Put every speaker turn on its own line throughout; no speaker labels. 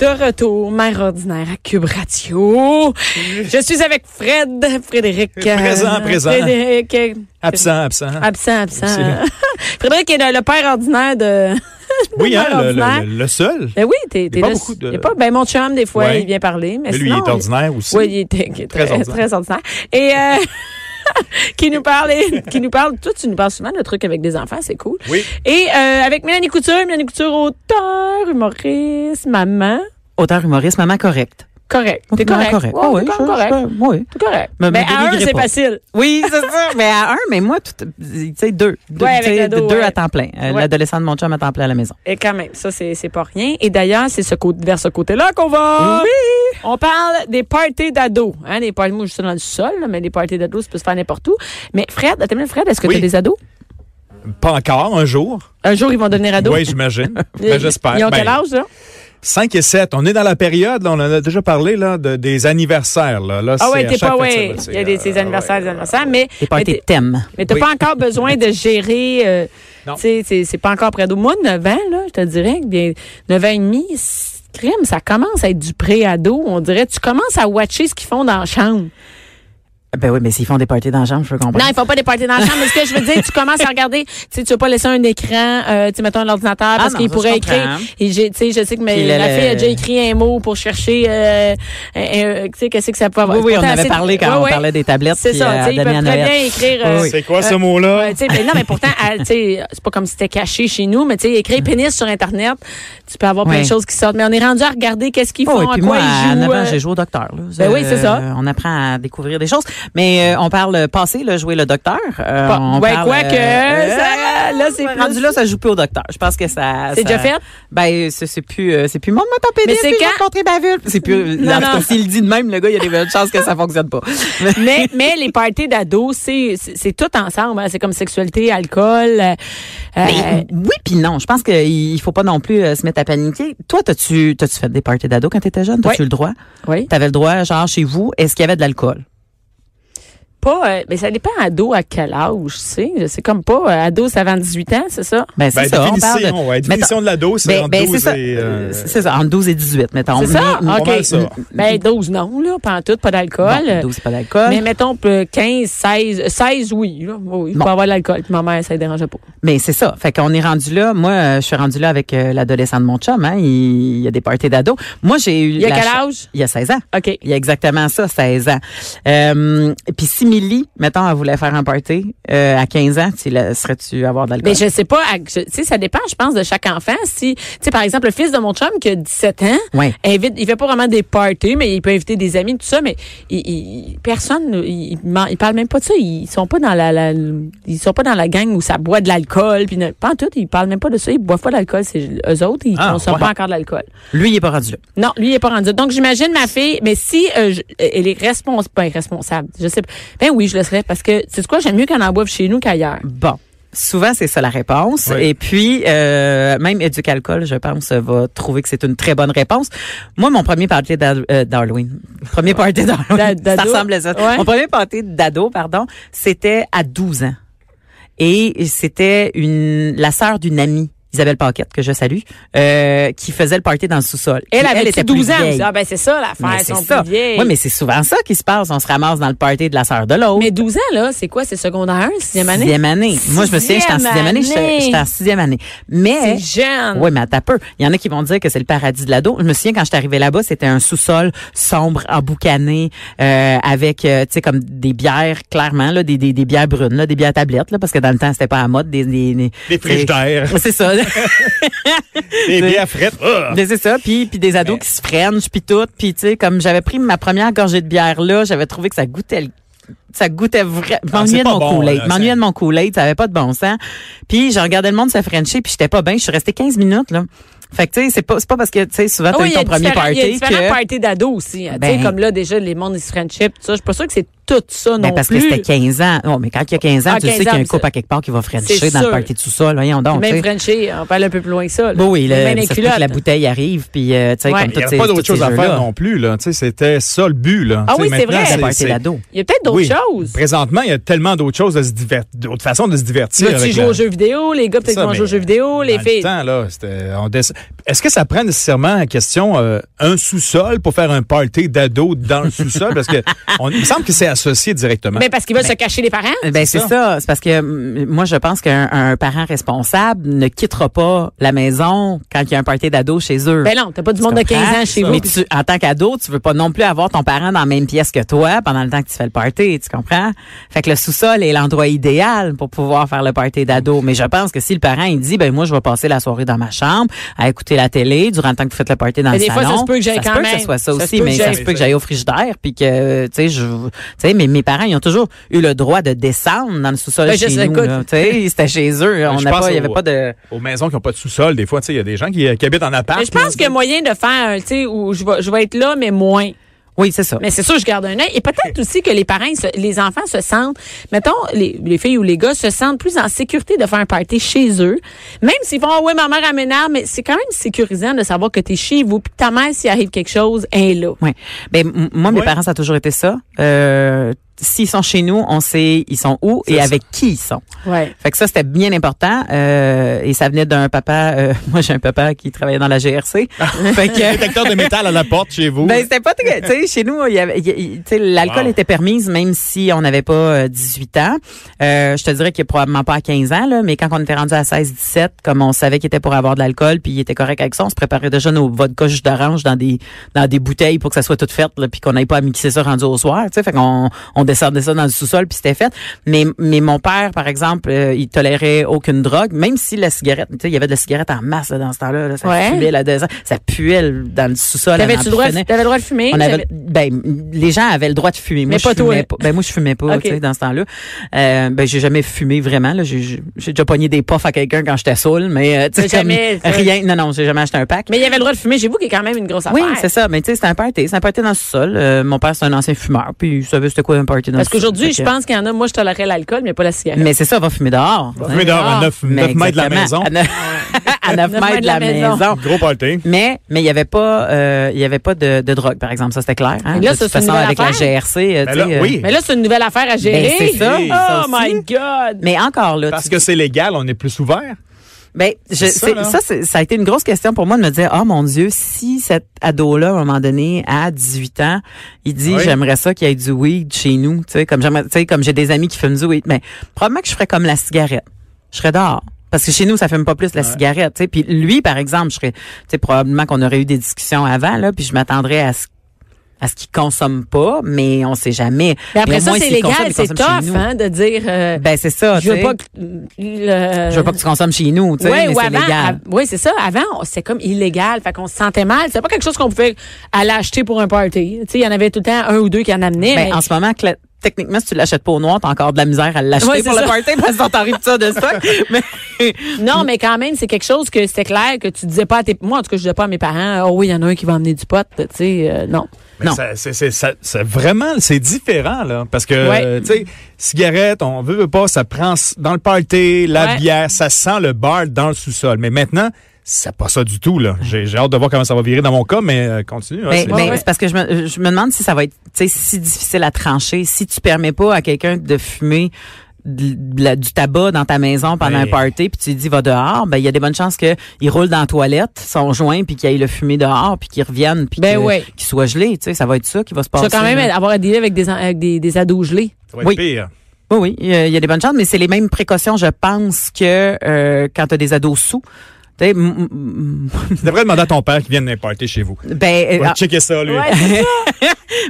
De retour, mère ordinaire à Cube Radio. Je suis avec Fred, Frédéric. euh,
Présent, présent.
Frédéric, euh,
Absent, absent.
absent, absent.
C'est-
Frédéric est le, le père ordinaire de.
oui, hein,
mère
le,
ordinaire.
le- le- le seul.
Ben oui, t'es
a
t'es
pas
là.
beaucoup de-
y a pas, ben mon chum, des fois,
Ouais.
il vient parler. Mais
Mais lui, il
sinon, euh,
est ordinaire aussi.
Oui, il est, il est très, très
Très
ordinaire.
ordinaire.
Et euh, qui nous parle, et- qui nous parle. Toi, tu nous parles souvent de trucs avec des enfants, c'est cool.
Oui.
Et euh, avec Mélanie Couture, Mélanie Couture, auteur, humoriste, maman.
Auteur humoriste, maman correcte.
Correct. T'es
Maman
correct. Ouais,
correcte. Ah
t'es
oui,
quand même
je-
correct.
je- oui.
T'es correct.
Me- me
Mais à un,
dénigrez
c'est
pas.
facile.
Oui, c'est ça. Mais à un, mais moi, tout, tu sais, deux. Deux,
Ouais, avec
tu sais,
l'ado,
deux
ouais.
à temps plein. Euh,
Ouais.
L'adolescent de mon chum à temps plein à la maison.
Et quand même, ça, c'est c'est pas rien. Et d'ailleurs, c'est ce côté, vers ce côté-là qu'on va. Ah Oui! On parle des parties d'ados. Hein, des parties, moi, je suis dans le sol, là, mais des parties d'ados, ça peut se faire n'importe où. Mais Fred, attends une minute, Fred, est-ce que
Oui.
t'as des ados?
Pas encore, un jour.
Un jour, ils vont devenir ados.
Oui, j'imagine.
Ils-
Ben, J'espère.
Ils ont
Ben,
quel âge, là?
5 et 7. On est dans la période, là, on en a déjà parlé, là, de- des anniversaires. Là, Là,
Ah
c'est
ouais,
à
t'es pas,
chaque fin de
ouais.
semaine, c'est,
Il y a des,
euh,
des anniversaires,
ouais.
des anniversaires, mais.
Des parties
mais
de thème.
Mais t'as
Oui.
pas encore besoin de gérer. euh,
Non.
tu sais, c'est- c'est pas encore près d'au moins 9 ans, là, je te dirais. que Bien, 9 ans et demi, c- crime, ça commence à être du pré-ado. On dirait, tu commences à watcher ce qu'ils font dans la chambre.
Ben oui, mais s'ils font des parties dans la chambre, je peux
Non,
comprendre.
ils font pas des parties dans la chambre. Mais ce que je veux dire, tu commences à regarder, tu sais, tu veux pas laisser un écran, euh, tu sais, mettons un ordinateur, parce
Ah non,
qu'il
ça,
pourrait
je
écrire.
comprends.
Et j'ai, tu sais, je sais que mais
Puis le-
la
le-
fille a déjà écrit un mot pour chercher, euh, un- un- tu sais, qu'est-ce que ça peut avoir.
oui, oui, on
Pourtant,
avait
c'est-
parlé quand
Ouais,
on
ouais.
parlait des tablettes.
C'est
puis,
ça,
euh,
tu sais, ils
Demi
peuvent
à
très
Noël.
bien écrire, euh,
Oui, oui.
C'est quoi ce
Euh,
mot-là?
Ouais, tu sais, mais non, mais pourtant, à- tu sais, c'est pas comme si c'était caché chez nous, mais tu sais, écrire pénis sur Internet, tu peux avoir plein
Ouais.
de choses qui sortent. Mais on est rendu à regarder qu'est-ce qu'ils font,
Oh, et
à
puis
quoi
moi,
ils
à
jouent.
9 ans,
euh,
j'ai joué au docteur. là. Euh,
oui, c'est ça.
on apprend à découvrir des choses. Mais euh, on parle euh, passé, là, jouer le docteur. Euh,
Pas-
on
ouais,
parle,
ben, quoi que, ça- là, c'est
rendu
plus-
là, ça joue plus au docteur. Je pense que ça.
C'est
ça-
déjà fait?
Ben, c'est c'est plus, euh, c'est plus mon m'a tapé
Mais c'est quand-
rencontré ma vulve. C'est plus.
Non,
en tout cas,
non. Ben,
S'il le dit de même, le gars, il y a des bonnes chances que ça fonctionne pas. Mais-
mais, mais les parties d'ados, c'est, c'est, c'est tout ensemble. hein. C'est comme sexualité, alcool. euh, euh,
Mais oui, puis non. Je pense qu'il faut pas non plus euh, se mettre à paniquer. Toi, t'as-tu t'as-tu fait des parties d'ados quand t'étais jeune? T'as-tu
Oui.
le droit?
euh, oui.
T'avais le droit, genre, chez vous. Est-ce qu'il y avait de l'alcool?
Pas, euh, mais ça dépend ado à quel âge, tu sais. C'est comme pas euh, ado, ça avant 18 ans, c'est ça?
Ben,
Ben,
c'est ça. On parle de,
définition, ouais, définition de l'ado, c'est
Ben,
entre
ben, c'est
12
ça.
et...
Euh,
euh,
C'est ça, entre 12 et 18, mettons.
C'est ça?
Mais-
pas
OK.
mal ça.
Ben, 12, non, là. Pas en tout, pas d'alcool.
Bon, 12, c'est pas d'alcool.
Mais
Mais,
mettons euh, 15, 16, euh, 16, oui. Là. Oui, je
Bon.
peux avoir de l'alcool. Puis ma mère, ça ne dérangeait pas.
c'est ça. Fait qu'on est rendu là. Moi, euh, je suis rendu là avec euh, l'adolescent de mon chum. Hein. Il, il y a des parties d'ados. Moi, j'ai eu.
Il y a
la
quel
chance-
âge?
Il y a 16 ans.
OK.
Il y a exactement ça, 16 ans. Euh, Puis si Millie, mettons, elle voulait faire un party euh, à 15 ans, tu la- serais-tu avoir de l'alcool?
Mais je sais pas, à- je- tu sais, ça dépend, je pense, de chaque enfant. Si, tu sais, par exemple, le fils de mon chum qui a 17 ans,
Ouais.
invite, il fait pas vraiment des parties, mais il peut inviter des amis, tout ça, mais il, il- personne, il, il, man- il parle même pas de ça. Ils sont pas dans la, la- ils sont pas dans la gang où ça boit de l'alcool, puis ne- pas en tout, ils parlent même pas de ça, ils boivent pas d'alcool, c'est eux autres, ils
Ah,
consomment
ouais.
pas encore de l'alcool.
Lui, il est pas rendu là.
Non, lui, il est pas rendu. Donc, j'imagine ma fille, mais si euh, je- elle est responsable, pas responsable, je sais pas. Ben oui, je le serais parce que, tu sais quoi, j'aime mieux qu'elle en boive chez nous qu'ailleurs.
Bon. Souvent, c'est ça la réponse.
Oui.
Et puis, euh, même Éducalcool, je pense, va trouver que c'est une très bonne réponse. Moi, mon premier party d'Hal- euh, d'Halloween, premier party
D'a-
d'Halloween, ça
d'ado?
ressemble à ça.
Ouais.
Mon premier party d'ado, pardon, c'était à 12 ans. Et c'était une la sœur d'une amie, Isabelle Paquette, que je salue, euh, qui faisait le party dans le sous-sol.
Elle
Puis
avait
était
12
plus
ans.
vieille.
Ah, ben c'est ça l'affaire,
Mais
ils
c'est
sont
ça.
plus vieilles.
Oui, mais c'est souvent ça qui se passe. On se ramasse dans le party de la sœur de l'autre.
Mais 12 ans, là, c'est quoi? C'est secondaire 1, sixième année?
Sixième année. Moi, je me souviens, j'étais
Sixième
en sixième année.
année.
J'étais j'étais en sixième année. Mais.
C'est jeune.
Oui, mais à peu. Il y en a qui vont dire que c'est le paradis de l'ado. Je me souviens quand je suis arrivée là-bas, c'était un sous-sol sombre, emboucané, euh, avec, euh, tu sais, comme des bières, clairement, là, des, des, des bières brunes, là, des bières tablettes, là, parce que dans le temps, c'était pas à mode, des, des, des,
Des frigidaires.
C'est ça.
Des bières frettes. Ah!
Mais c'est ça, puis puis des ados
Mais-
qui se freinent, puis tout, puis tu sais comme j'avais pris ma première gorgée de bière là, j'avais trouvé que ça goûtait le- ça goûtait vraiment m'ennuyait de
Ah, pas
mon
bon,
Kool-Aid,
là,
m'ennuyait
ça-
de mon Kool-Aid, ça avait pas de bon sens. Puis je regardais le monde se frencher, puis j'étais pas bien, je suis restée 15 minutes là. Fait que, tu sais, c'est pas, c'est pas parce que, tu sais, souvent, t'as
Oui,
eu
il y a
ton premier
différents- Il
party
y a différents
que-
parties d'ados aussi. hein.
Ben-
tu sais, comme là, déjà, les mondes, ils se friendship, tout ça. Je suis pas sûre que c'est tout ça non
Ben, parce
plus.
que c'était 15 ans. Non, mais quand il y a 15 ans,
Ah,
tu
15
sais qu'il y a
ans,
un couple
c'est-
à quelque part qui va
c'est
frencher dans le
sûr.
party tout ça. Là, voyons donc, tu
Même
sais.
Frenchie, on parle un peu plus loin que ça. là.
Bon, oui, là,
Même
ça
les
se peut que
culottes.
la bouteille arrive, puis, euh, tu sais,
Ouais.
comme
Il
Il
toutes
n'y avait
ces-
pas d'autre
tous ces
chose à
jeux-là.
faire non plus. là. Tu sais, C'était ça le but. Là.
Ah
Tu sais,
oui, c'est
maintenant,
vrai.
Le party
c'est-
d'ado.
Il y a peut-être d'autres
Oui.
choses.
Présentement, il y a tellement d'autres choses, à se divert- d'autres façons de se divertir.
Là, tu
avec
joues
la-
aux jeux vidéo, les gars peut-être
Ça,
vont
mais,
jouer aux jeux vidéo,
euh,
les
dans
filles.
le temps, là, c'était- on dess- Est-ce que ça prend nécessairement en question euh, un sous-sol pour faire un party d'ados dans le sous-sol? Parce que on, il me semble que c'est associé directement.
Mais parce qu'ils veulent se cacher les parents.
Ben c'est
ça.
ça. c'est parce que mm, moi je pense qu'un un parent responsable ne quittera pas la maison quand il y a un party d'ado chez eux.
Ben non, t'as pas du
Tu
monde de
comprends?
15 ans chez vous.
ah, Mais tu, en tant qu'ado, tu veux pas non plus avoir ton parent dans la même pièce que toi pendant le temps que tu fais le party, tu comprends? Fait que le sous-sol est l'endroit idéal pour pouvoir faire le party d'ado. Mais je pense que si le parent, il dit, ben moi, je vais passer la soirée dans ma chambre à écouter la télé durant le temps que vous faites le party dans
Mais
le
des fois,
salon.
ça se peut que j'aille quand
Ça
même.
se soit ça
Ça se
aussi,
peut
mais
que
ça
j'aille.
se peut que j'aille au frigidaire puis que, tu sais, je, tu sais, mais mes parents, ils ont toujours eu le droit de descendre dans le sous-sol
Ben, je
chez
sais,
nous,
écoute.
là. Tu sais, c'était chez eux. On
Ben, je
n'a
pense
pas, il y
au-
avait pas de...
Aux maisons qui n'ont pas de sous-sol, des fois, tu sais, il y a des gens qui, qui habitent en appart.
Mais je pense qu'il y a moyen de faire, un, tu sais, où je vais, je vais être là, mais moins.
Oui, c'est ça.
Mais c'est sûr, je garde un œil. Et peut-être aussi que les parents, ils se- les enfants se sentent, mettons, les, les filles ou les gars se sentent plus en sécurité de faire un party chez eux. Même s'ils font, ah ouais, ma mère elle m'énerve, mais c'est quand même sécurisant de savoir que t'es chez vous, puis que ta mère, s'il arrive quelque chose, elle est là.
Oui. Ben, m- moi, mes
Oui.
parents, ça a toujours été ça. Euh, S'ils sont chez nous, on sait ils sont où et
ça.
avec qui ils sont.
Ouais.
Fait que ça, c'était bien important. Euh, et ça venait d'un papa. euh, moi, j'ai un papa qui travaillait dans la GRC. fait que,
détecteur de métal à la porte chez vous.
ben, c'était pas très, tu sais, chez nous, il y avait, il y- il- tu sais, l'alcool
Wow.
était permise même si on n'avait pas euh, 18 ans. Euh, je te dirais qu'il est probablement pas à 15 ans, là, mais quand on était rendu à 16, 17, comme on savait qu'il était pour avoir de l'alcool, puis il était correct avec ça, on se préparait déjà nos vodka jus d'orange dans des, dans des bouteilles pour que ça soit tout fait, là, puis qu'on n'aille pas à mixer ça rendu au soir, tu sais. Fait qu'on, on descendait ça dans le sous-sol puis c'était fait. Mais, mais mon père, par exemple, euh, il tolérait aucune drogue, même si la cigarette, tu sais, il y avait de la cigarette en masse, là, dans ce temps-là, là, ça
Ouais.
fumait, là, dedans, ça puait le- dans le sous-sol. à
T'avais-tu le droit,
l'emprisonner.
t'avais le droit de fumer?
On
T'avais-
avait, ben, les gens avaient le droit de fumer. Moi,
Mais
je
pas toi.
fumais pas. Ben, moi, je fumais pas,
Ok.
tu sais, dans ce temps-là. Euh, ben, j'ai jamais fumé vraiment, là. J'ai, j'ai- j'ai déjà pogné des puffs à quelqu'un quand j'étais saoul, mais, euh, tu sais,
T'as
comme
jamais-
rien. Non, non, j'ai jamais acheté un pack.
Mais il y avait le droit de fumer chez vous, qui est quand même une grosse
oui,
affaire.
c'est ça. Mais, tu sais, c'était un party. C'était un party dans le sol. Euh, mon père, c'est un ancien fumeur, puis il savait c'était quoi un party dans
Parce
le sous-sol.
qu'aujourd'hui,
Fait
je
que-
pense qu'il y en a, moi, je tolérais l'alcool, mais pas la cigarette.
Mais c'est ça, va fumer dehors.
On met dehors
Ah,
à 9,
Mais
mètres de la
exactement.
maison.
À neuf- À 9 mètres de la maison.
Gros party.
Mais mais il y avait pas euh, il y avait pas de, de drogue par exemple ça c'était clair hein?
Et là,
de
ça,
toute
c'est une
façon
nouvelle
avec la
affaire.
GRC euh,
Ben
tu
là,
sais, euh,
oui.
Mais là, c'est une nouvelle affaire à gérer.
c'est ça.
Oh
Ça
my
aussi.
God!
Mais encore là,
Parce
tu-
que c'est légal, on est plus ouvert.
ben, je,
c'est ça,
c'est-
là.
ça, c'est- ça a été une grosse question pour moi de me dire, oh mon Dieu, si cet ado-là, à un moment donné, à 18 ans, il dit,
Oui.
j'aimerais ça qu'il y ait du weed chez nous, tu sais, comme j'aimerais, tu sais, comme j'ai des amis qui fument du weed, mais probablement que je ferais comme la cigarette. Je serais dehors. Parce que chez nous, ça fume pas plus la cigarette, tu sais. Puis lui, par exemple, je serais, tu sais, probablement qu'on aurait eu des discussions avant, là, puis je m'attendrais à ce à ce qu'il consomme pas, mais on sait jamais.
Mais après
Mais au
ça,
moins,
c'est
s'il consomme,
légal,
il
c'est
consomme chez
tough
nous.
hein, de dire euh,
Ben c'est ça.
je
tu
veux
sais.
pas que le-
je veux pas que tu consommes chez nous, tu sais,
Ouais,
mais
ou
c'est
avant,
légal.
à- ouais, c'est ça. Avant, on- c'était comme illégal, fait qu'on se sentait mal. C'est pas quelque chose qu'on pouvait aller acheter pour un party. Tu sais, il y en avait tout le temps un ou deux qui en amenaient.
Ben,
mais-
en ce moment, cla- techniquement, si tu l'achètes pas au noir, t'as encore de la misère à l'acheter
Ouais, c'est
pour le
ça.
party parce que t'arrives ça de stock. Mais
Non, mais quand même, c'est quelque chose que c'était clair que tu disais pas à tes moi en tout cas, je disais pas à mes parents, oh oui, il y en a un qui va emmener du pot, tu sais, euh, non.
Mais
Non.
ça- c'est- c'est- ça- ça- vraiment, c'est différent, là. Parce que,
Ouais.
euh, tu sais, cigarette, on veut, veut pas, ça prend s- dans le party, la
Ouais.
bière, ça sent le bar dans le sous-sol. Mais maintenant, c'est pas ça du tout, là. J'ai j'ai hâte de voir comment ça va virer dans mon cas, mais euh, continue. hein,
mais,
c'est-
mais
ouais.
c'est parce que je me, je me demande si ça va être tu sais, si difficile à trancher, si tu permets pas à quelqu'un de fumer de- de la- du tabac dans ta maison pendant
Ouais.
un party puis tu lui dis va dehors ben il y a des bonnes chances que il roule dans la toilette son joint puis qu'il aille le fumer dehors puis qu'il revienne puis
Ben
que-
ouais.
qu'il soit gelé tu sais ça va être ça qui va se
Tu
passer
vas quand même
là.
avoir à dealer avec des, en- avec des, des ados gelés.
ça va être
oui.
pire.
Oui, oui, il y a- il y a des bonnes chances, mais c'est les mêmes précautions, je pense, que euh, quand tu as des ados sous. Tu sais, m- m-
Tu devrais demander à ton père qu'il vienne d'un party chez vous.
m- ben,
Ouais,
Ah.
euh,
checker ça, lui.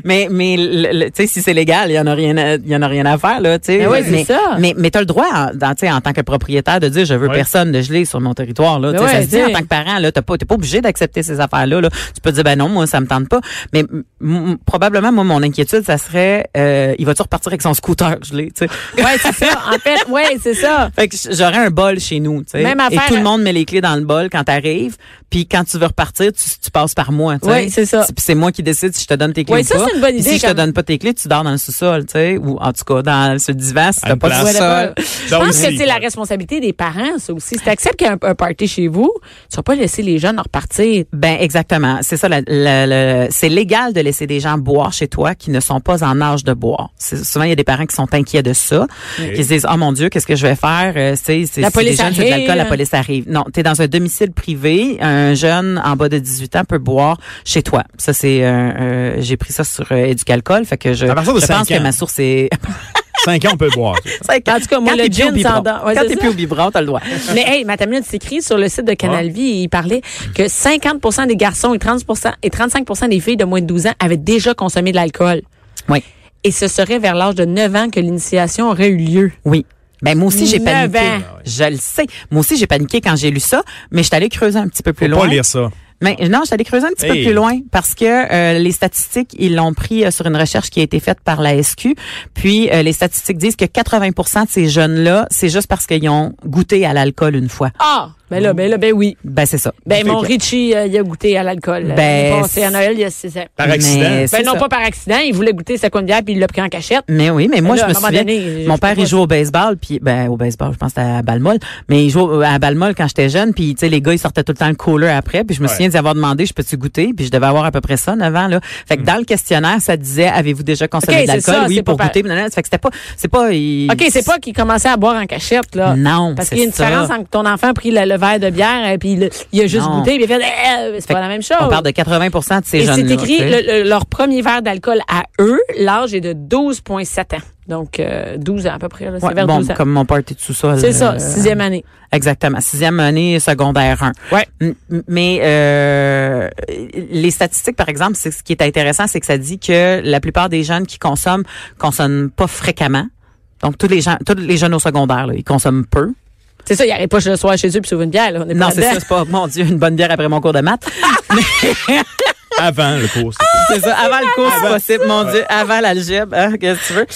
mais mais le- le- tu sais si c'est légal, il y en a rien à, il y en a rien à faire là, tu sais.
Ben oui, c'est
mais
ça.
mais, mais t'as le droit en, dans- tu sais, en tant que propriétaire de dire je veux
Ouais.
personne de gelé sur mon territoire là,
Ben
tu sais,
ouais,
ça se dit
tu sais.
en tant que parent là, t'as pas t'es pas obligé d'accepter ces affaires là, là. Tu peux dire ben non, moi ça me tente pas, mais m- m- probablement moi mon inquiétude ça serait euh, il va tu repartir avec son scooter gelé, tu sais.
Ouais, c'est ça. En fait, ouais, c'est ça.
Fait que j'aurais un bol chez nous, tu sais.
Même
Et
affaire.
tout le monde met les clés dans le le bol quand t'arrives, puis quand tu veux repartir, tu, tu passes par moi. tu sais.
Oui, c'est ça.
Puis c'est moi qui décide si je te donne tes clés
Oui,
ou
ça,
pas.
c'est une bonne
Puis
idée,
Si je te
comme-
donne pas tes clés, tu dors dans le sous-sol, tu sais, ou en tout cas dans ce divan si
À
t'as
une
pas de
place.
sous-sol.
Je
Ça
pense
aussi.
que c'est la responsabilité des parents, ça aussi. Si tu acceptes qu'il y a un, un party chez vous, tu vas pas laisser les jeunes repartir.
Ben exactement, c'est ça. la- la- la- c'est légal de laisser des gens boire chez toi qui ne sont pas en âge de boire. C'est- Souvent, il y a des parents qui sont inquiets de ça, qui se disent oh mon Dieu, qu'est-ce que je vais faire Euh, C'est c'est-
La
c'est des
police
jeunes, c'est de l'alcool, la
arrive.
police arrive. Non, t'es dans un domicile privé. Un jeune en bas de 18 ans peut boire chez toi. Ça c'est, euh, euh, j'ai pris ça sur euh, Éducalcool, fait que je,
À partir de
je pense
cinq
que
ans.
ma source est.
5 ans, on peut boire.
En tout cas, moi,
Quand
le
t'es plus au
gin
biberon.
sans dents. Ouais,
Quand
c'est
t'es
ça.
plus au biberon, t'as le droit.
Mais hey, ma minute c'est écrit sur le site de Canal
Ah.
Vie, il parlait que 50 des garçons et 30 et 35 des filles de moins de 12 ans avaient déjà consommé de l'alcool.
Oui.
Et ce serait vers l'âge de 9 ans que l'initiation aurait eu lieu.
Oui. Ben moi aussi j'ai
Neuf
paniqué.
ans.
Ah
Je le sais. Moi aussi j'ai paniqué quand j'ai lu ça, mais je suis allée creuser un petit peu plus
Faut
loin.
pas lire ça.
Mais non, je suis allée creuser un petit
Hey.
peu plus loin parce que euh, les statistiques, ils l'ont pris euh, sur une recherche qui a été faite par la SQ. Puis euh, les statistiques disent que 80% de ces jeunes-là, c'est juste parce qu'ils ont goûté à l'alcool une fois.
Ah, ben là, ben là, ben oui.
Ben c'est ça.
Ben mon Richie, euh, il a goûté à l'alcool. euh,
Ben,
l'année passée, à Noël, il a c'est ça.
Par
Mais
accident.
c'est
Ben non,
ça.
pas par accident, il voulait goûter sa coin de bière puis il l'a pris en cachette.
Mais oui, mais moi,
là,
je me
à un moment
souviens,
donné, je-
mon
je
père,
peux
il
pas-
jouait au baseball, puis ben au baseball, je pense que c'était à Balmol, mais il jouait au- à Balmol quand j'étais jeune, puis tu sais, les gars, ils sortaient tout le temps le cooler après, puis je me
Ouais.
souviens d'y avoir demandé, je peux-tu goûter, puis je devais avoir à peu près ça, 9 ans, là. Fait que dans le questionnaire, ça disait, avez-vous déjà consommé
Ok,
de
c'est
l'alcool?
ça,
Oui,
c'est
pour
pas
goûter, mais non, non, fait que c'était pas, c'est pas, il-
OK, c'est pas qu'il commençait à boire en cachette, là.
Non,
Parce
Mm, c'est
qu'il y a une
ça.
différence entre ton enfant a pris le, le verre de bière et puis il, il a juste
Non.
goûté et il a fait, Eh, c'est pas
Fait que
la même chose.
On parle de 80 de ces
Et
jeunes-là.
c'est écrit,
tu sais.
le- le- leur premier verre d'alcool à eux, l'âge est de 12,7 ans. Donc, euh, 12 ans à peu près. là, C'est
Ouais,
vers
bon,
12 ans.
comme mon party de sous-sol.
C'est ça,
euh,
sixième année.
Exactement. Sixième année secondaire 1.
Ouais.
M- Mais euh, les statistiques, par exemple, c'est ce qui est intéressant, c'est que ça dit que la plupart des jeunes qui consomment consomment pas fréquemment. Donc tous les gens, tous les jeunes au secondaire, là, ils consomment peu.
C'est ça, il n'arrive pas le soir chez eux puis s'ouvre une bière. Là, on est
Non,
pas
c'est
dedans.
ça, c'est pas mon Dieu, une bonne bière après mon cours de maths.
Avant le cours.
Ah,
C'est ça, avant le cours, c'est possible, mon Dieu, avant l'algèbre, hein, qu'est-ce que tu veux.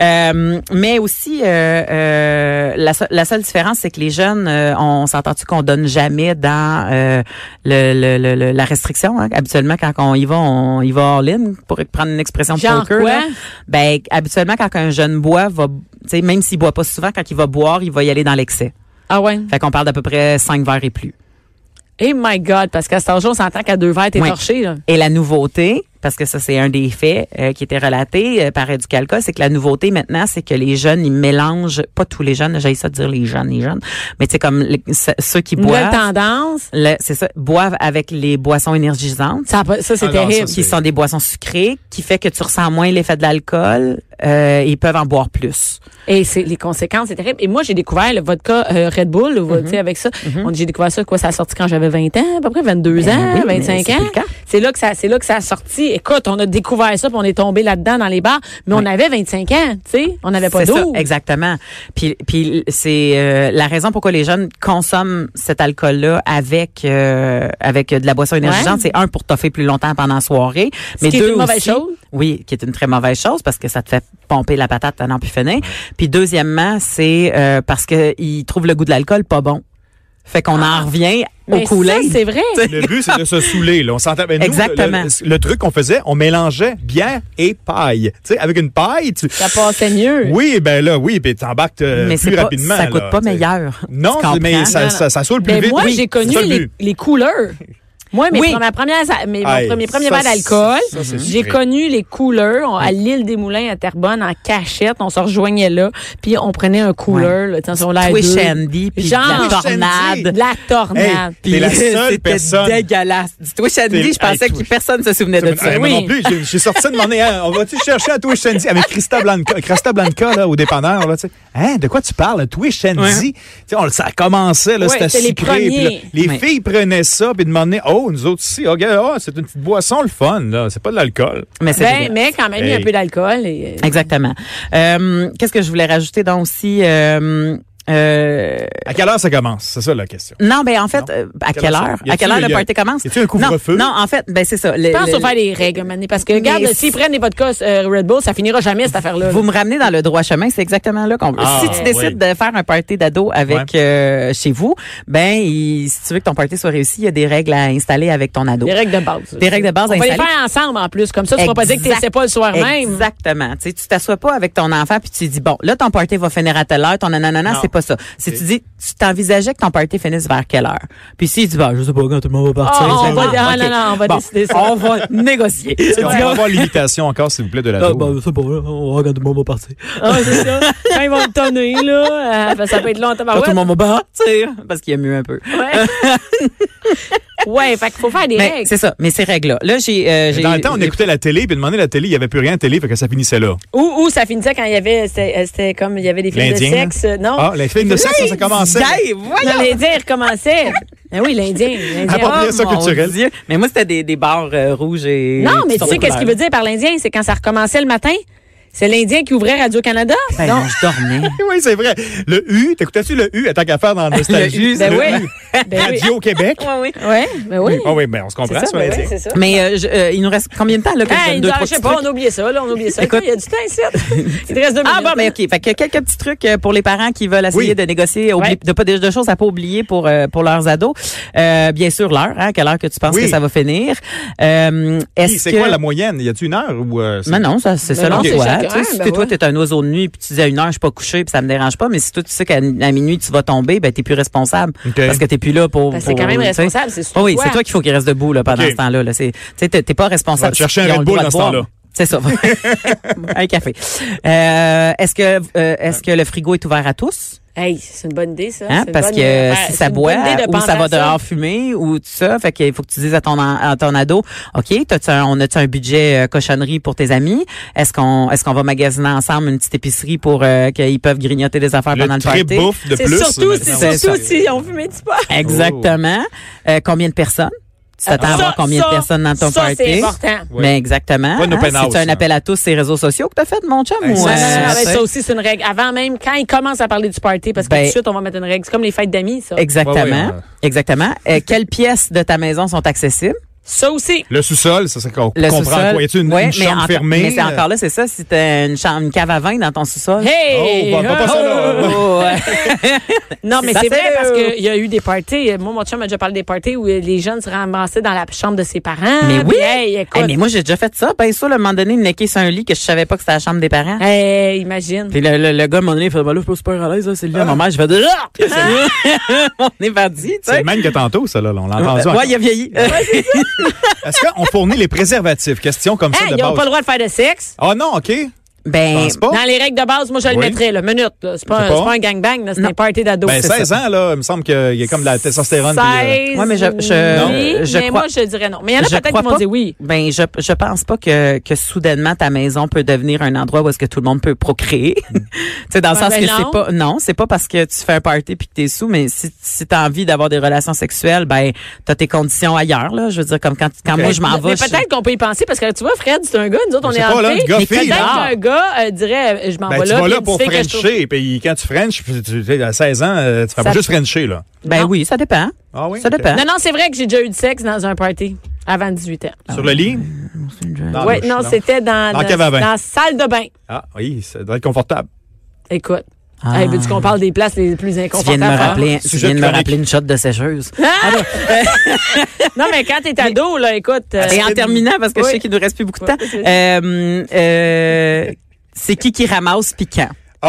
Euh, mais aussi, euh, euh, la, so- la seule différence, c'est que les jeunes, euh, on s'entend-tu qu'on donne jamais dans euh, le, le- le- le- la restriction? hein? Habituellement, quand on y va, on y va all-in, pour prendre une expression de
Genre
poker.
quoi?
là. Ben, habituellement, quand un jeune boit, va, tu sais, même s'il boit pas souvent, quand il va boire, il va y aller dans l'excès.
Ah ouais.
Fait qu'on parle d'à peu près cinq verres et plus.
Eh my God, parce qu'à cet âge on s'entend qu'à deux verres, t'es
Oui.
torché. Là.
Et la nouveauté, parce que ça, c'est un des faits euh, qui était relaté euh, par Educalca, c'est que la nouveauté maintenant, c'est que les jeunes, ils mélangent, pas tous les jeunes, j'ai ça de dire les jeunes, les jeunes, mais c'est comme les- ce- ceux qui
Nouvelle
boivent,
tendance.
le- c'est ça, boivent avec les boissons énergisantes.
Ça, a pas- ça c'est
Ah non, ça,
terrible.
c'est-
qui sont des boissons sucrées, qui fait que tu ressens moins l'effet de l'alcool, euh, ils peuvent en boire plus.
Et c'est les conséquences, c'est terrible. Et moi, j'ai découvert le vodka euh, Red Bull, le
Mhm.
vo- tu sais, avec ça. On- J'ai découvert ça, quoi, ça a sorti quand j'avais 20 ans, à peu près 22
Ben
ans,
oui, mais
25
c'est
ans.
plus le cas.
C'est là que ça, c'est là que ça a sorti. Écoute, on a découvert ça, puis on est tombé là-dedans dans les bars, mais on avait 25 ans, tu sais, on n'avait pas
C'est ça,
d'eau.
exactement. Puis, puis c'est euh, la raison pourquoi les jeunes consomment cet alcool-là avec euh, avec de la boisson énergisante, c'est un pour toffer plus longtemps pendant la soirée, mais
qui est
deux
une mauvaise
aussi-
chose.
Oui, qui est une très mauvaise chose parce que ça te fait pomper la patate à n'en plus finir. Puis deuxièmement, c'est euh, parce que ils trouvent le goût de l'alcool pas bon. Fait qu'on en revient au
Ah. Mais ça,
coulet.
c'est vrai.
Le but, c'est de se saouler. Là. On s'entend. ben, nous,
Exactement.
Le, le truc qu'on faisait, on mélangeait bière et paille. Tu sais, avec une paille, tu.
Ça passait mieux.
Oui, ben là, oui, puis t'embarques euh,
mais
plus
c'est pas,
rapidement.
ça
là,
coûte pas
tu sais.
meilleur.
Non,
Tu
mais
comprends? Ben,
ça,
Non, non.
ça, ça saoule plus
Mais
vite.
Ben, moi,
Oui,
j'ai
c'est
connu
ça le
les,
but.
les couleurs. Moi, mes
Oui.
premières- premières- mes-
Aïe,
mon premier, premier
ça,
verre d'alcool,
ça, c'est
j'ai
sucré.
connu les couleurs on- à l'île des Moulins à Terrebonne en cachette. On se rejoignait là, puis on prenait un couleur. Là, t'sais, on l'a à
Twitch
deux.
Andy, puis de la
Genre,
Twitch Andy.
tornade.
de la tornade.
Hey, T'es la seule
c'était
personne.
dégueulasse. Dis-toi,
T'es-
Shandy, je
Hey,
pensais
toi.
que personne se souvenait de ça.
Ah, Moi
Oui.
non plus, j'ai- j'ai sorti de mon nez. hein, On va-tu chercher à Twitch Shandy avec Christa Blanca, Christa Blanca là, au dépanneur? Là, tu sais. hein, de quoi tu parles? Twitch Shandy? Tu sais, on- Ça commençait, là,
Ouais,
c'était
c'est les
sucré. puis là,
premiers.
les
Ouais.
filles prenaient ça puis demandaient Oh, nous autres ici, OK, ah, c'est une petite boisson, le fun, là. c'est pas de l'alcool.
Mais c'est
Ben,
dégueulasse.
mais quand même, il y a
Hey.
un peu d'alcool. et-
Exactement. Euh, Qu'est-ce que je voulais rajouter donc aussi? euh, Euh,
À quelle heure ça commence? C'est ça la question.
non, ben en fait,
Non.
euh, à quelle heure?
Y a-t-il-
À quelle heure
y
le
a-
party commence?
y a-t-il un couvre-feu?
Non, non, en fait, ben c'est ça. Le-
Je pense
le-
qu'on va faire les règles, mané, parce que regarde,
Mais
s'ils prennent des podcasts euh, Red Bull, ça finira jamais cette affaire-là.
Vous me ramenez dans le droit chemin, c'est exactement là qu'on veut.
Ah,
si tu décides de faire un party d'ado avec euh, chez vous, ben il- si tu veux que ton party soit réussi, il y a des règles à installer avec ton ado.
Des règles de base.
Des règles de base
On va les
installées.
faire ensemble en plus, comme ça, tu ne vas pas dire que tu
Exact.
sais pas le soir même.
Exactement. Tu sais, tu t'assois pas avec ton enfant puis tu dis bon, là ton party va finir à telle heure, ton nanana,
Non.
c'est pas ça. Si tu dis tu t'envisageais que ton party finisse vers quelle heure Puis s'il dit bah je sais pas quand tout le monde va partir.
Ah, on
je vais
va-
voir.
ah,
Ok.
non, non, on va
Bon,
décider ça.
On va négocier. ah,
Est-ce qu'on peut avoir l'imitation encore, s'il vous plaît, de la tour?
c'est on va tout le monde va partir.
Ah, c'est ça. Quand ils vont me tonner, là, euh, ben, ça peut être long en
Quand tout
tabarouette.
le monde va partir parce qu'il y a mieux un peu.
Ouais. ouais, fait qu'il faut faire des
Mais
règles.
c'est ça, mais ces règles-là. Là, j'ai. euh, j'ai-
Dans le temps, on
j'ai-
écoutait la télé, puis demandait la télé, il n'y avait plus rien à télé, fait que ça finissait là.
Ou, ou ça finissait quand il y avait, c'était euh, c'était comme, il y avait des films de
L'Indien,
sexe. euh, Non. Ah,
Ah, les films de sexe, ça, ça commençait.
Hey, voyons! Oh,
Non, l'Indien, il recommençait. Ben oui, l'Indien. l'Indien.
Ah, Appropriation
mon
culturelle.
Dieu. Mais moi, c'était des, des barres euh, rouges et.
Non, mais tu sais qu'est-ce qu'il veut dire par l'Indien? C'est quand ça recommençait le matin, c'est l'Indien qui ouvrait Radio-Canada.
Ben,
non.
non, je dormais.
Oui, c'est vrai. Le U, t'écoutais-tu le U à tant qu'à faire dans la Nostalgie?
U,
Ben
Le
oui.
U.
Ben oui.
Radio Québec.
Ouais, oui.
Ouais, ben oui.
Ah oui, mais on se
C'est
comprend
ça,
sur
ben
l'Indien.
oui, c'est ça.
Mais euh, je- euh, il nous reste combien de temps, là, que je
Hey,
donne
il
deux,
nous
trois
en- je sais
petits
pas,
trucs?
on oublie ça, là, on oublie ça.
Écoute-
il y a du temps ici. Il te reste deux
Ah
minutes.
bon, mais ok. Fait que quelques petits trucs euh, pour les parents qui veulent essayer
Oui.
de négocier, oublie-
Ouais.
de pas de, de choses à pas oublier pour euh, pour leurs ados. Euh, bien sûr l'heure, hein, quelle heure que tu penses
Oui.
que ça va finir. Euh,
Puis,
est-ce
C'est
que
quoi la moyenne? Y a-tu une heure ou. euh, c'est-
Non, non, ça, c'est
Ben
selon
non, c'est
toi.
chacun,
Tu sais, si
ben
t'es- toi,
ouais.
t'es un oiseau de nuit, puis tu dis à une heure, je suis pas couché, puis ça me dérange pas, mais si toi, tu sais qu'à à minuit, tu vas tomber, ben, t'es plus responsable.
OK.
Parce que t'es plus là pour.
Parce que Ben, c'est quand
pour-
même
tu sais.
responsable, c'est surtout
Ah oui,
toi.
c'est toi qu'il faut qu'il reste debout, là, pendant
OK.
ce temps-là, là. C'est, tu sais, t'es t'es pas responsable.
Va te chercher un
Ils ont
Red
le
Bull
droit de
dans ce
boire.
temps-là.
C'est ça. un café. Euh, est-ce que, euh, est-ce que le frigo est ouvert à tous?
Hey, c'est une bonne idée, ça.
Hein?
C'est une
Parce
bonne
que
idée de faire- c'est
si ça
une bonne
boit,
idée de
ou ça
penser à
va dehors fumer, ou tout ça, fait qu'il faut que tu dises à ton, en- à ton ado, OK, t'as-tu un- on a-tu un budget euh, cochonnerie pour tes amis? Est-ce qu'on est-ce qu'on va magasiner ensemble une petite épicerie pour euh, qu'ils peuvent grignoter des affaires
Le
pendant le
très
party?
bouffe de
C'est
plus. Euh,
surtout,
maintenant.
c'est
C'est
surtout
ça.
si on fumait du pot.
Exactement.
Oh.
Euh, combien de personnes? Tu t'attends à
Ça,
avoir combien
ça,
de personnes dans ton
ça,
party?
c'est important.
Ouais.
Mais exactement.
Pas une open house,
c'est un
hein.
appel à tous ces réseaux sociaux que t'as fait, mon chum?
Ouais,
ou,
ça,
euh,
Non, non, non,
tu
mais
sais?
ça aussi, c'est une règle. Avant même, quand ils commencent à parler du party, parce que
Ben-
tout de suite, on va mettre une règle. C'est comme les fêtes d'amis, ça.
Exactement.
Ouais, ouais, ouais.
Exactement. Euh, quelles pièces de ta maison sont accessibles?
Ça aussi.
Le sous-sol, ça, c'est qu'on
Le
comprend
sous-sol.
quoi. Y a-tu une,
Ouais,
une
mais
chambre
encore-
fermée?
Mais c'est encore là, c'est ça, si t'as une chambre, une cave à vin dans ton sous-sol.
Hey!
Oh, on va pas passer là.
Oh, ouais.
Non, mais
Ça,
c'est
c'est
vrai
le-
parce qu'il y a eu des parties. Moi, mon chum m'a déjà parlé des parties où les jeunes se ramassaient dans la chambre de ses parents.
mais oui!
Puis, Hey, écoute.
Hey, mais moi, j'ai déjà fait ça. Ben, ça, le moment donné, niquer sur un lit que je savais pas que c'était la chambre des parents.
Hey, imagine.
Puis le, le, le gars, à un moment donné, il fait, ben là, je suis pas super à l'aise, là, c'est le lit à maman. Je fais, Ah! on est parti, tu
C'est
sais.
le même que tantôt, ça, là. On l'a entendu. encore.
Ouais, il a vieilli.
Est-ce qu'on fournit les préservatifs? Question comme ça
Hey,
de
ils n'ont
base.
pas le droit de faire de sexe.
Ah non, OK. Je
ben,
pense pas.
Dans les règles de base, moi, je le
Oui.
mettrais, là. Minute, là. C'est pas,
C'est
un-
pas-
c'est pas un gangbang, là. C'est
Non.
un party d'ados.
Ben, 16 ans, là, il me semble qu'il y a comme de la testostérone. puis, euh,
16,
Ouais, mais je- je-
oui,
je
mais
crois-
moi, je dirais non. Mais il y en a
je
peut-être
crois
qui vont
pas.
dire oui.
Ben, je, je pense pas que, que soudainement ta maison peut devenir un endroit où est-ce que tout le monde peut procréer. tu sais, dans le
Ouais,
sens
ben
que
non.
c'est pas, non, c'est pas parce que tu fais un party puis que t'es sous, mais si, si t'as envie d'avoir des relations sexuelles, ben, t'as tes conditions ailleurs, là. Je veux dire, comme quand, quand
Ok.
moi je m'en
Mais
vais. je-
peut-être qu'on peut y penser parce que tu vois, Fred, c'est un gars, nous autres, on
Je
est
sais pas, là,
en
le gars
Mais
fille,
peut-être
là.
qu'un gars euh, dirait, euh, je m'en
Ben,
vais
tu
là.
vas
puis
là
une
pour
fille que je trouve-
Frencher. Puis quand tu French, tu, tu- tu- à 16 ans, euh, tu fais pas
Ça-
juste Frencher, là.
Ben
Non.
oui, ça dépend.
Ah oui?
Ça
OK.
dépend.
Non, non, c'est vrai que j'ai déjà eu du sexe dans un party avant 18 ans.
Sur le lit? Dans la
Oui,
douche,
non, c'était dans,
Dans
dans,
la cave à Ah, vin.
dans la salle de bain.
Ah oui, ça doit être confortable.
Écoute.
Ah.
Hey, veux-tu qu'on parle des places les plus
Tu viens
inconfortables?
de me rappeler, tu
Sujet
viens de me
chronique.
rappeler une shot de sécheuse.
Non, mais quand t'es ado, là, écoute. euh,
Et en terminant, parce que je
Oui.
sais qu'il nous reste plus beaucoup de temps,
Oui, c'est-
euh, euh, c'est qui qui ramasse piquant?
Oh,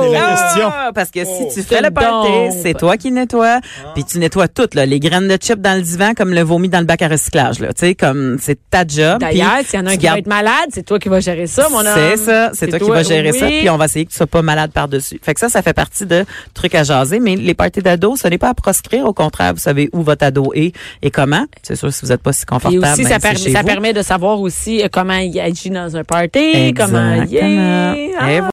c'est la
Ah!
question.
Parce que
Oh.
si tu fais le
Donc.
party, c'est toi qui nettoies,
Ah.
puis tu nettoies tout, là, les graines de chips dans le divan comme le vomi dans le bac à recyclage. Là, tu sais, comme c'est ta job. Ah, puis
D'ailleurs, s'il y en a un
tu
qui
gardes-
va être malade, c'est toi qui vas gérer ça, mon homme.
C'est ça, c'est toi, qui vas gérer ça,
oui.
puis on va essayer que tu sois pas malade par-dessus. Fait que ça, ça fait partie de trucs à jaser, mais les parties d'ados, ce n'est pas à proscrire, au contraire, vous savez où votre ado est et comment. C'est sûr, si vous n'êtes pas si
Et
confortable,
aussi,
ben,
ça,
c'est
per-
chez
ça
vous.
permet de savoir aussi euh, comment il agit dans un party, comment il
Exactement. Eh
est.
Et
Ah,